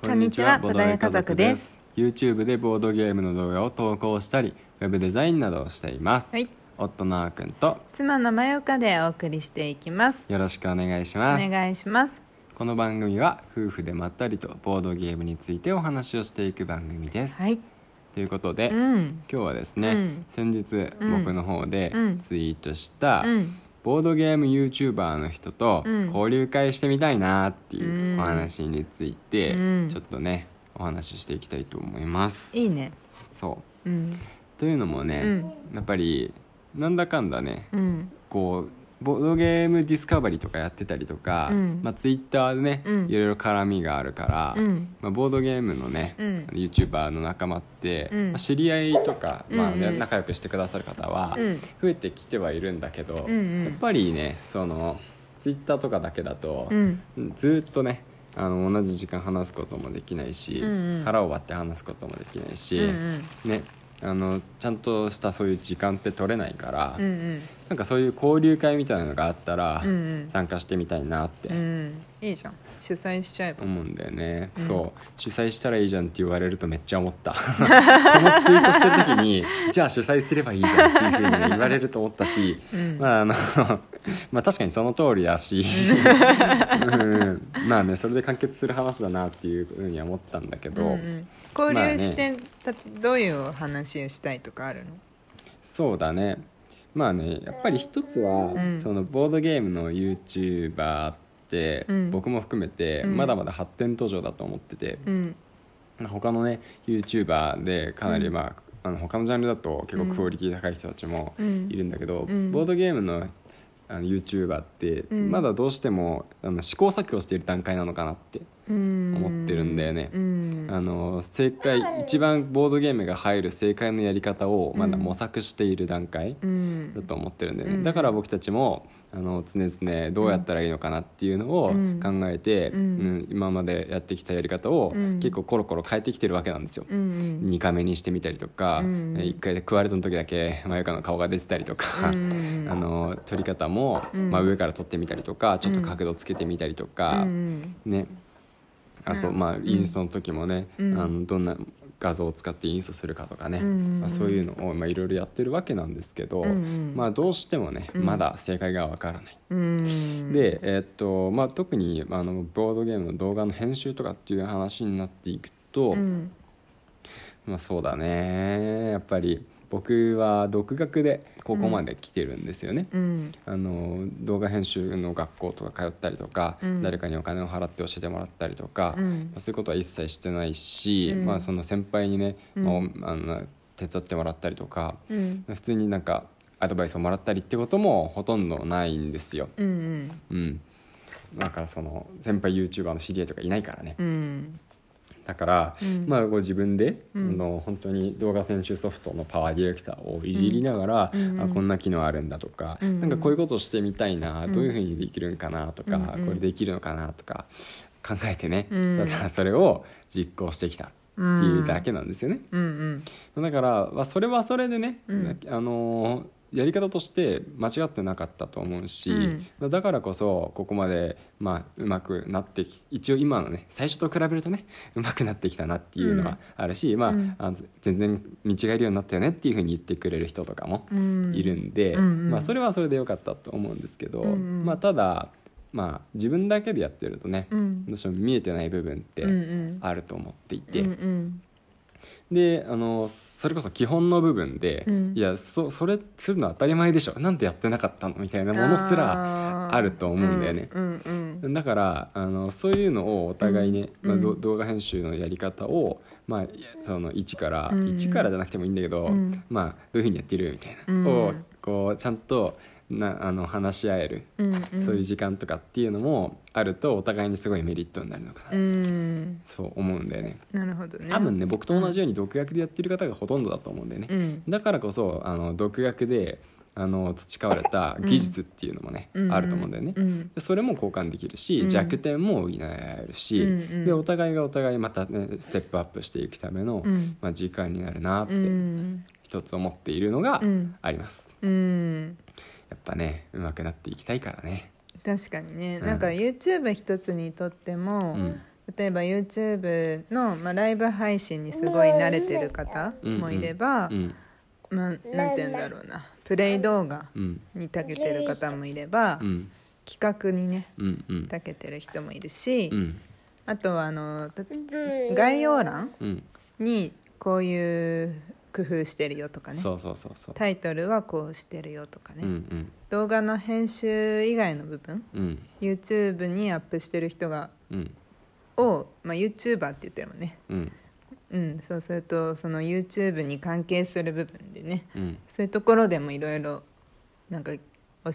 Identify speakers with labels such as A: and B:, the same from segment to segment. A: こんにちは
B: ボドゲ家族です
A: YouTube でボードゲームの動画を投稿したりウェブデザインなどをしています、
B: はい、
A: 夫のあーくんと
B: 妻のまよかでお送りしていきます。
A: よろしくお願いし
B: お
A: ます
B: 願いします。
A: この番組は夫婦でまったりとボードゲームについてお話をしていく番組です、
B: はい、
A: ということで、
B: う
A: 今
B: ん、
A: 日はですね、
B: うん
A: 先日
B: うん
A: 僕の方で
B: うん
A: ツイートした、
B: うん、
A: ボードゲーム YouTuber の人と
B: うん
A: 交流会してみたいなっていううんお話について、
B: うん
A: ちょっとねお話ししていきたいと思います
B: いいね。
A: そう
B: うん、
A: というのもね、
B: うん
A: やっぱりなんだかんだね
B: うん、
A: こうボードゲームディスカバリーとかやってたりとか、
B: うん
A: まあ、ツイッターでね、
B: うん
A: いろいろ絡みがあるから、
B: うん、
A: まあ、ボードゲームのね、
B: うん
A: YouTuber の仲間って、
B: うん
A: まあ知り合いとか、まあね
B: うんうん
A: 仲良くしてくださる方は
B: うん
A: 増えてきてはいるんだけど、
B: うんうん
A: やっぱりねそのツイッターとかだけだと、
B: うん、
A: ずーっとねあの同じ時間話すこともできないし、
B: うんうん
A: 腹を割って話すこともできないし、
B: うん、
A: ねあのちゃんとしたそういう時間って取れないから、
B: うん、うん、
A: なんかそういう交流会みたいなのがあったら、
B: うんうん
A: 参加してみたいなって
B: うん、いいじゃん。主催しちゃえば。
A: 思うんだよね、
B: うん
A: そう主催したらいいじゃんって言われるとめっちゃ思った このツイートしてる時にじゃあ主催すればいいじゃんっていうふうにね、言われると思ったし
B: うん、
A: まああの まあ確かにその通りだ し、うん、まあねそれで完結する話だなっていうふうには思ったんだけ
B: う
A: ど、
B: んうん、交流して、たどういうお話をしたいとかあるの？
A: そうだねまあねやっぱり一つは、
B: うん
A: そのボードゲームの YouTuber って、
B: うん
A: 僕も含めて、
B: うん
A: まだまだ発展途上だと思ってて、
B: うん、
A: まあ他のね YouTuber でかなり
B: うん
A: まあ,、あの他のジャンルだと結構クオリティ高い人たちも
B: うん
A: いるんだけど、
B: うん
A: ボードゲームのあの YouTuber って、
B: うん
A: まだどうしてもあの試行錯誤している段階なのかなって
B: うん、
A: 思ってるんだよね
B: うん、
A: あの正解一番ボードゲームが入る正解のやり方をまだ模索している段階、
B: うん
A: だと思ってるんだよね、
B: うん
A: だから僕たちもあの常々どうやったらいいのかなっていうのを
B: うん
A: 考えて、
B: うん
A: うん今までやってきたやり方を
B: うん
A: 結構コロコロ変えてきてるわけなんですよ。
B: うん、
A: 2回目にしてみたりとか、
B: うん
A: 1回で食われた時だけマユカの顔が出てたりとか、
B: うん
A: あの撮り方も、
B: うん
A: まあ、上から撮ってみたりとかちょっと角度つけてみたりとか、
B: うん
A: ねあと、
B: うん
A: まあインストの時もね、
B: うん
A: あのどんな画像を使ってインストするかとかね、
B: うん
A: まあ、そういうのをまあいろいろやってるわけなんですけど、
B: うんうん
A: まあ、どうしてもね、
B: うん
A: まだ正解がわからない。
B: うん、
A: で、えーっとまあ、特にあのボードゲームの動画の編集とかっていう話になっていくと、
B: うん
A: まあ、そうだねやっぱり僕は独学でここまで来てるんですよね。
B: うん
A: あの動画編集の学校とか通ったりとか、
B: うん
A: 誰かにお金を払って教えてもらったりとか、
B: うん
A: そういうことは一切してないし、
B: うん
A: まあ、その先輩にね、
B: うん
A: まあ、あの手伝ってもらったりとか
B: うん
A: 普通になんかアドバイスをもらったりってこともほとんどないんですよ。
B: うん
A: うんだからその先輩 YouTuber の知り合いとかいないからね
B: うんうん
A: だから、
B: うん
A: まあこう自分で、
B: うん
A: あの本当に動画編集ソフトのパワーディレクターをいじりながら、
B: うんうん
A: あこんな機能あるんだとか、
B: うん
A: なんかこういうことをしてみたいな、
B: うん
A: どういうふうにできるんかなとか、
B: うんうん
A: これできるのかなとか考えてね、
B: うん
A: ただそれを実行してきたっていうだけなんですよね。
B: うんうん
A: だから、まあ、それはそれでね、
B: うん
A: あのーやり方として間違ってなかったと思うし、
B: う
A: だからこそここまで、まあ、うまくなってき一応今のね最初と比べるとねうまくなってきたなっていうのはあるし、まあ,、
B: うん
A: あの全然見違えるようになったよねっていうふうに言ってくれる人とかも
B: うん
A: いるんで、
B: うんうん
A: まあ、それはそれでよかったと思うんですけど、
B: うんうん
A: まあ、ただ、まあ、自分だけでやってるとね、
B: うん
A: どうしても見えてない部分って
B: うんうん
A: あると思っていて。
B: うんうん
A: であのそれこそ基本の部分で、
B: うん
A: いやそそれするのは当たり前でしょなんでやってなかったのみたいなものすら
B: あー
A: あると思うんだよね
B: うんうん
A: だからあのそういうのをお互いね、
B: うん
A: まあど
B: うん
A: 動画編集のやり方を、まあ、いやその1から、
B: うん
A: 1からじゃなくてもいいんだけど、
B: うん
A: まあ、どういうふうにやってるみたいな、
B: うん
A: をこうちゃんとなあの話し合える、
B: うんうん
A: そういう時間とかっていうのもあるとお互いにすごいメリットになるのかな、
B: うん
A: そう思うんだよね。
B: なるほどね
A: 多分ね僕と同じように独学でやってる方がほとんどだと思うんだよね、
B: うん
A: だからこそあの独学であの培われた技術っていうのもね、
B: うん
A: あると思うんだよね、
B: うん
A: でそれも交換できるし、
B: うん
A: 弱点も補えるし、
B: うんうん
A: でお互いがお互いまた、ね、ステップアップしていくための、
B: うん
A: まあ、時間になるなっ
B: う
A: て
B: ん
A: 一つ思っているのが
B: うん
A: あります、
B: うん
A: やっぱね上手くなっていきたいからね
B: 確かにね
A: うん
B: なんか YouTube 一つにとっても
A: うん
B: 例えば YouTube の、まあ、ライブ配信にすごい慣れてる方もいれば、
A: うん
B: まあ、なんて言うんだろうなプレイ動画
A: うん
B: に長けてる方もいれば、
A: うん
B: 企画にね
A: うんうん
B: 長けてる人もいるし、
A: うん
B: あとはあのた概
C: 概要
B: 要
C: 欄
B: 欄
A: うん
B: にこういう工夫してるよとかね
A: そうそうそうそう
B: タイトルはこうしてるよとかね、
A: うん
B: 動画の編集以外の部分
A: うんうん
B: YouTube にアップしてる人が
A: うん
B: を、まあ、YouTuber って言ってるもんね
A: うん
B: うん、そうするとその YouTube に関係する部分でね
A: うん
B: そういうところでもいろいろなんか教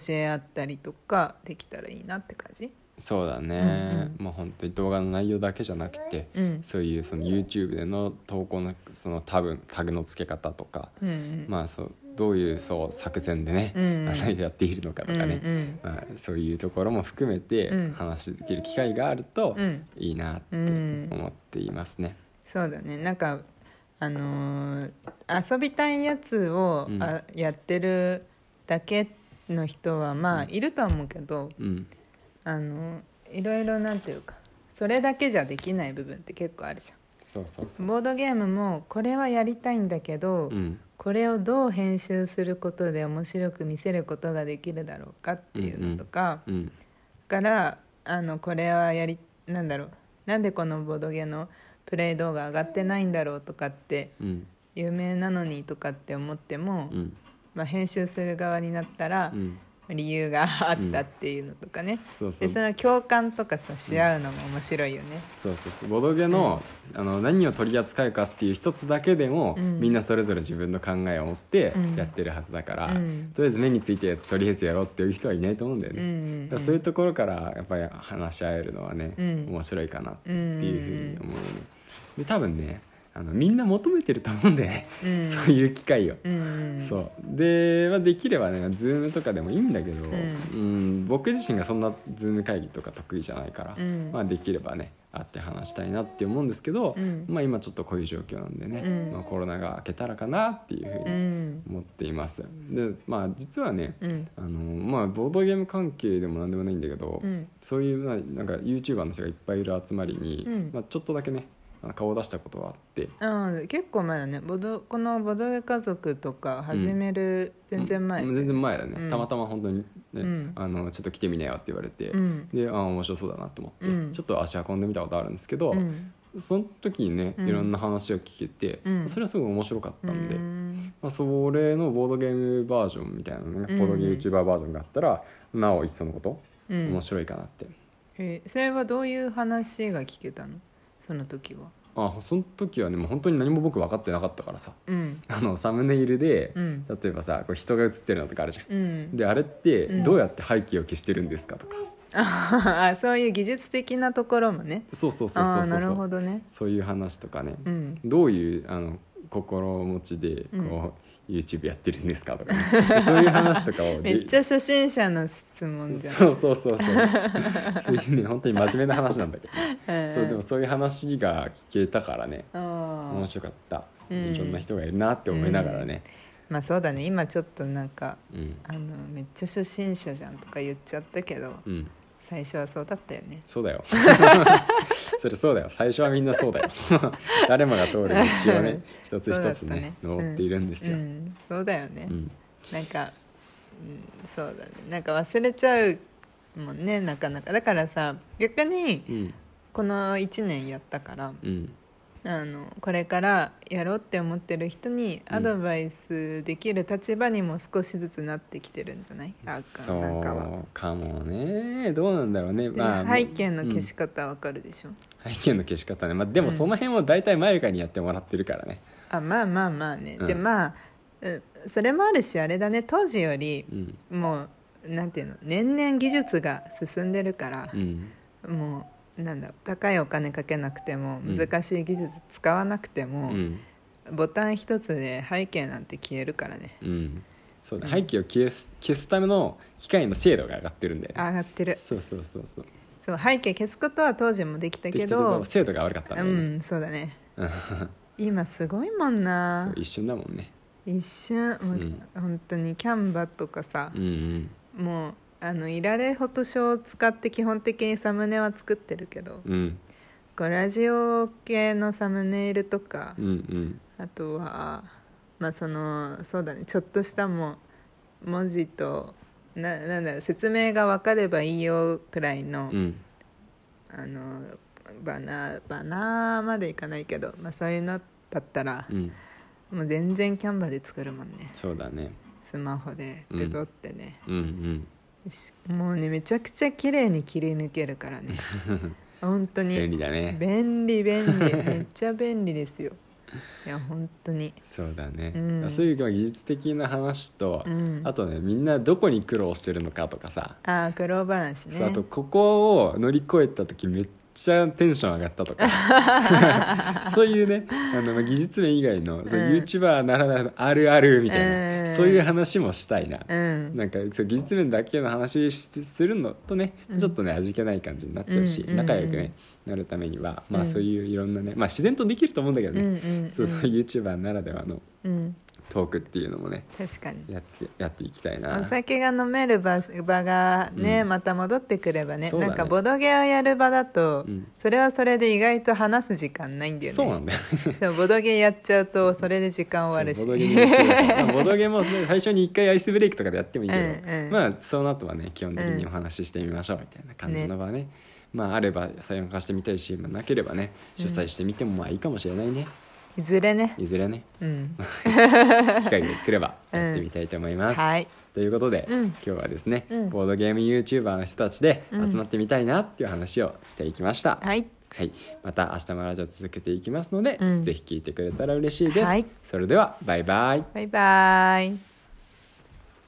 B: え合ったりとかできたらいいなって感じ
A: そうだね、
B: うんう
A: まあ本当に動画の内容だけじゃなくて
B: うん
A: そういうその YouTube での投稿のそのタブタグの付け方とか、
B: うんうん
A: まあそうどういうそう作戦でね、
B: うん
A: あのやっているのかとかね、
B: うん
A: まあ、そういうところも含めて
B: うん
A: 話できる機会があると
B: うん、うん、
A: いいなって
B: うん
A: 思っていますね。
B: そうだねなんかあのー遊びたいやつを、
A: うん
B: あやってるだけの人はまあ
A: うん
B: いるとは思うけど、
A: うん、
B: あのーいろいろなんていうかそれだけじゃできない部分って結構あるじゃん
A: そうそうそう。
B: ボードゲームもこれはやりたいんだけ
A: う
B: ど、
A: ん、
B: これをどう編集することで面白く見せることができるだろうかっていうのとか、
A: うん、
B: からあのこれはやりなんだろうなんでこのボドゲのプレイ動画上がってないんだろうとかって
A: うん、
B: 有名なのにとかって思っても、
A: うん、
B: まあ、編集する側になったら
A: うん、
B: 理由があったっていうのとかね、
A: そうそ
B: で
A: う。
B: そ
A: そう
B: の共感とかさし合うのも面白いよね。
A: そうそうボドゲの,、あの何を取り扱うかっていう一つだけでも、
B: うん
A: みんなそれぞれ自分の考えを持って
B: うん
A: やってるはずだから、
B: うん
A: とりあえず目についてとりあえずやろうっていう人はいないと思うんだよ
B: うん
A: ね。
B: うん
A: だからそういうところからやっぱり話し合えるのはね、
B: うん
A: 面白いかなって
B: うん
A: いうふうに思うよね。で多分ねあのみんな求めてると思うんだよね、
B: うん
A: そういう機会を。
B: うんうん
A: そうで、まあ、できればね Zoom とかでもいいんだけど、
B: ん
A: うん僕自身がそんな Zoom 会議とか得意じゃないから、
B: うん
A: まあ、できればね会って話したいなって思うんですけど、
B: うん
A: まあ、今ちょっとこういう状況なんでね、
B: うん
A: まあ、コロナが明けたらかなっていうふう
B: う
A: に
B: ん
A: 思っています。でまあ、実はね、
B: うん
A: あのまあボードゲーム関係でも何でもないんだけど、
B: うん
A: そういうななんか YouTuber の人がいっぱいいる集まりに、
B: うん
A: まあ、ちょっとだけねあの顔を出したことはあって
B: ああ結構前だねボドこのボドゲ家族とか始める全然前、
A: う
B: うんん、
A: 全然前だね、
B: うん
A: たまたま本当に、ね
B: うん
A: あのちょっと来てみなよって言われて、
B: うん
A: であ面白そうだなと思って、
B: うん
A: ちょっと足運んでみたことあるんですけど、
B: うん
A: その時にね
B: うん
A: いろんな話を聞けて、
B: うん
A: それはすごい面白かったんで、
B: うん
A: まあ、それのボードゲームバージョンみたいなのね、
B: うん
A: ボードゲーム YouTuber バージョンがあったらなお一層のこと
B: うん
A: 面白いかなって
B: えそれはどういう話が聞けたのその時は
A: あその時はねもう本当に何も僕分かってなかったからさ
B: うん
A: あのサムネイルで、
B: うん
A: 例えばさこう人が写ってるのとかあるじゃん、
B: うん
A: であれって
B: うん
A: どうやって背景を消してるんですかとか、
B: あそういう技術的なところもね
A: そうそうそう
B: あ
A: そう
B: あ
A: そ
B: な
A: う
B: る
A: そ
B: ほ
A: う
B: どね
A: そういう話とかね、
B: うん
A: どういうあの心持ちでこう、
B: うん
A: YouTube やってるんですかとか、ね、そういう話とかを
B: めっちゃ初心者の質問じゃん
A: そうそう そうそうそういうね本当に真面目な話なんだけど、
B: うん
A: そうでもそういう話が聞けたからね
B: あ
A: 面
B: あ
A: 白かった、
B: うん
A: いろんな人がいるなって思いながらね、
B: まあそうだね今ちょっとなんか
A: うん
B: あのめっちゃ初心者じゃんとか言っちゃったけど
A: うん、
B: 最初はそうだったよね
A: そうだ よそれそうだよ最初はみんなそうだよ 誰もが通る道をね一つ一つね
B: そうだった
A: 登っているんですよ、
B: う
A: うん
B: んそうだよね、なんか、うん、そうだねなんか忘れちゃうもんねなかなかだからさ逆に
A: うん
B: この1年やったから
A: うん
B: あのこれからやろうって思ってる人に
A: うん
B: アドバイスできる立場にも少しずつなってきてるんじゃない、あか
A: そ
B: なんかは。
A: うかもねどうなんだろうね
B: で
A: まあ
B: 背景の消し
A: うん
B: 方わかるでしょ、
A: 背景の消し方ね、まあ、でも
B: うん
A: その辺を大体まゆかにやってもらってるからね
B: あまあまあまあね、
A: うん
B: でまあうんそれもあるしあれだね当時より
A: うん
B: もうなんていうの年々技術が進んでるから、
A: うん
B: もうなんだ高いお金かけなくても
A: うん
B: 難しい技術使わなくて
A: う
B: も、
A: ん、
B: ボタン一つで背景なんて消えるからね
A: うん、そうだ
B: うん
A: 背景を消す消すための機械の精度が上がってるんだよね
B: 上がってる
A: そうそうそうそう
B: そう背景消すことは当時もできた
A: でき
B: け
A: たけど
B: ど
A: 精度が悪かったんだ
B: う
A: よね、
B: んそうだね
A: うん、
B: 今すごいもん
A: そ
B: な
A: う一瞬だもんね
B: 一瞬も
A: う
B: う、
A: ん
B: 本当にキャンバとかさ
A: う、ん
B: もうあのいられフォトショーを使って基本的にサムネは作ってるけど
A: うんうん
B: こうラジオ系のサムネイルとか、
A: うんうん
B: あとはまあそのそうだねちょっとしたもう文字とななんだろう説明が分かればいいよくらいの,、
A: うん
B: あのバナーバナーまでいかないけど、まあ、そういうのだったら
A: う、ん
B: もう全然キャンバで作るもんね
A: そうだね
B: スマホで
A: うん
B: ペコってね、
A: うん
B: しもうねめちゃくちゃ綺麗に切り抜けるか らね本当
A: うん
B: に
A: 便利だね
B: 便利便利めっちゃ便利ですよ いや本当に
A: そうだね、
B: うん
A: そういう技術的な話と、
B: うん
A: あとねみんなどこに苦労してるのかとかさ、
B: ああ苦労話ね
A: そうあとここを乗り越えた時めっちゃテンション上がったとか そういうねあのまあ技術面以外の、そう
B: うん
A: YouTuber ならではのあるあるみたいな、
B: うん
A: そういう話もしたいな、
B: うん
A: なんかそう技術面だけの話しするのとね、
B: うん
A: ちょっとね味気ない感じになっちゃうし、
B: うんうん
A: 仲良く、ね、なるためには、ま
B: う
A: あ、
B: ん
A: そういういろんなね、まあ、自然とできると思うんだけど
B: うんう
A: ね、
B: んうん
A: そうそう YouTuber ならではの
B: うん
A: トークっていうのもね
B: 確かに
A: やってやっていきたいな
B: お酒が飲める場場がね、
A: うん
B: また戻ってくればね
A: そうだね
B: なんかボドゲをやる場だと、
A: うん
B: それはそれで意外と話す時間ないんだよね
A: そうなんだよね
B: でもボドゲやっちゃうとそれで時間終わるし
A: そうボドゲに夢中だからま あボドゲも、ね、最初に一回アイスブレイクとかでやってもいいけど、
B: うんうん
A: まあその後はね基本的に
B: うん
A: お話ししてみましょうみたいな感じの場ねまああれば参加してみたいし、まあ、なければね主催してみてもまあいいかもしれないね、
B: いずれね
A: いずれね
B: うん
A: 機会が来ればやってみたいと思います。
B: はい
A: ということで、
B: うん
A: 今日はですね、
B: うん
A: ボードゲーム YouTuber の人たちで集
B: うん
A: まってみたいなっていう話をしていきました。
B: はい
A: はい、また明日もラジオ続けていきますので、
B: うん
A: ぜひ聞いてくれたら嬉しいです。
B: はい
A: それではバイバイ。
B: バイバイ